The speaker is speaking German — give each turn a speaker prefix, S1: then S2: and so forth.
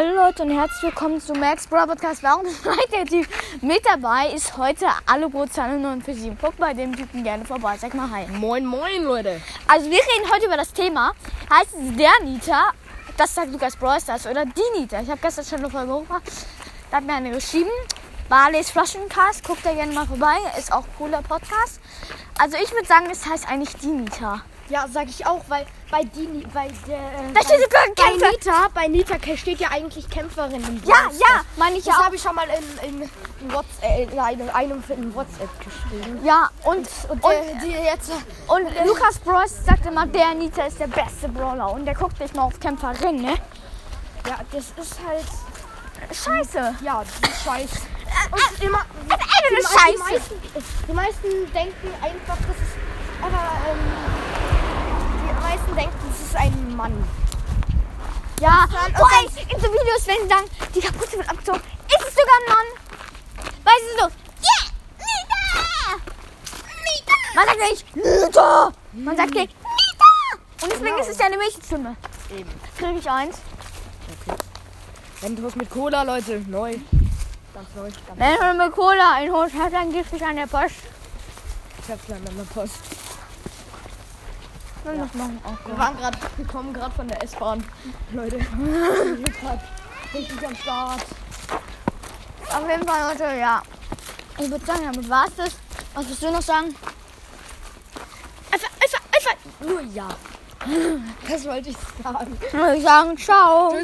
S1: Leute und herzlich willkommen zu Max Bro Podcast. Warum ist der Typ? Mit dabei ist heute Alubrot 947. Guck bei dem Typen gerne vorbei. Sag mal hi.
S2: Moin, moin, Leute.
S1: Also wir reden heute über das Thema. Heißt es der Nita? Das sagt Lukas Brawl Stars oder die Nita. Ich habe gestern schon eine Folge hochgemacht. Da hat mir eine geschrieben. Barley's Flaschencast. Guckt da gerne mal vorbei. Ist auch ein cooler Podcast. Also ich würde sagen, es heißt eigentlich die Nita.
S2: Ja, sag ich auch, weil bei Dini, bei der. äh,
S1: Da steht sogar ein
S2: bei, bei
S1: Kämpfer.
S2: Nita, bei Nita ke- steht ja eigentlich Kämpferin im
S1: Ja,
S2: Brawl
S1: ja,
S2: Stars.
S1: meine ich ja
S2: Das
S1: auch.
S2: habe ich schon mal in, in, in, WhatsApp, äh, in einem, einem in WhatsApp geschrieben.
S1: Ja, und, und, und
S2: äh, die jetzt.
S1: Und Lukas Bros sagt immer, der Nita ist der beste Brawler. Und der guckt nicht mal auf Kämpferin, ne?
S2: Ja, das ist halt.
S1: Scheiße.
S2: Ja, die Scheiße. Und immer.
S1: Das ist eine
S2: äh, die, Die,
S1: Scheiße.
S2: meisten, die meisten denken einfach, das ist. Aber. Ähm, die meisten denken, das ist ein Mann.
S1: Ja,
S2: Mann,
S1: vor
S2: und
S1: allem in so Videos, wenn sie sagen, die Kapuze wird abgezogen, ist es sogar ein Mann. Weil sie so, yeah, Nita! Nita! Man sagt nicht, Nita! Man sagt nicht, Nita! Und deswegen
S2: Genau.
S1: ist es ja eine Mädchenstimme.
S2: Eben.
S1: Krieg ich eins?
S2: Wenn du was mit Cola, Leute. Neu. Ganz neu. Ganz
S1: Wenn man mir Cola einholt, dann gebe ich an der Post.
S2: ich hab's leider an der Post.
S1: Dann muss man auch.
S2: Wir waren gerade, wir kommen gerade von der S-Bahn. Leute, wir sind grad richtig am Start.
S1: Auf jeden Fall, Leute, ja. Ich würde sagen, damit war es das. Was willst du noch sagen?
S2: Einfach, einfach, einfach. Nur ja. Das wollte ich sagen.
S1: Ich würde sagen, ciao.
S2: Tschüss.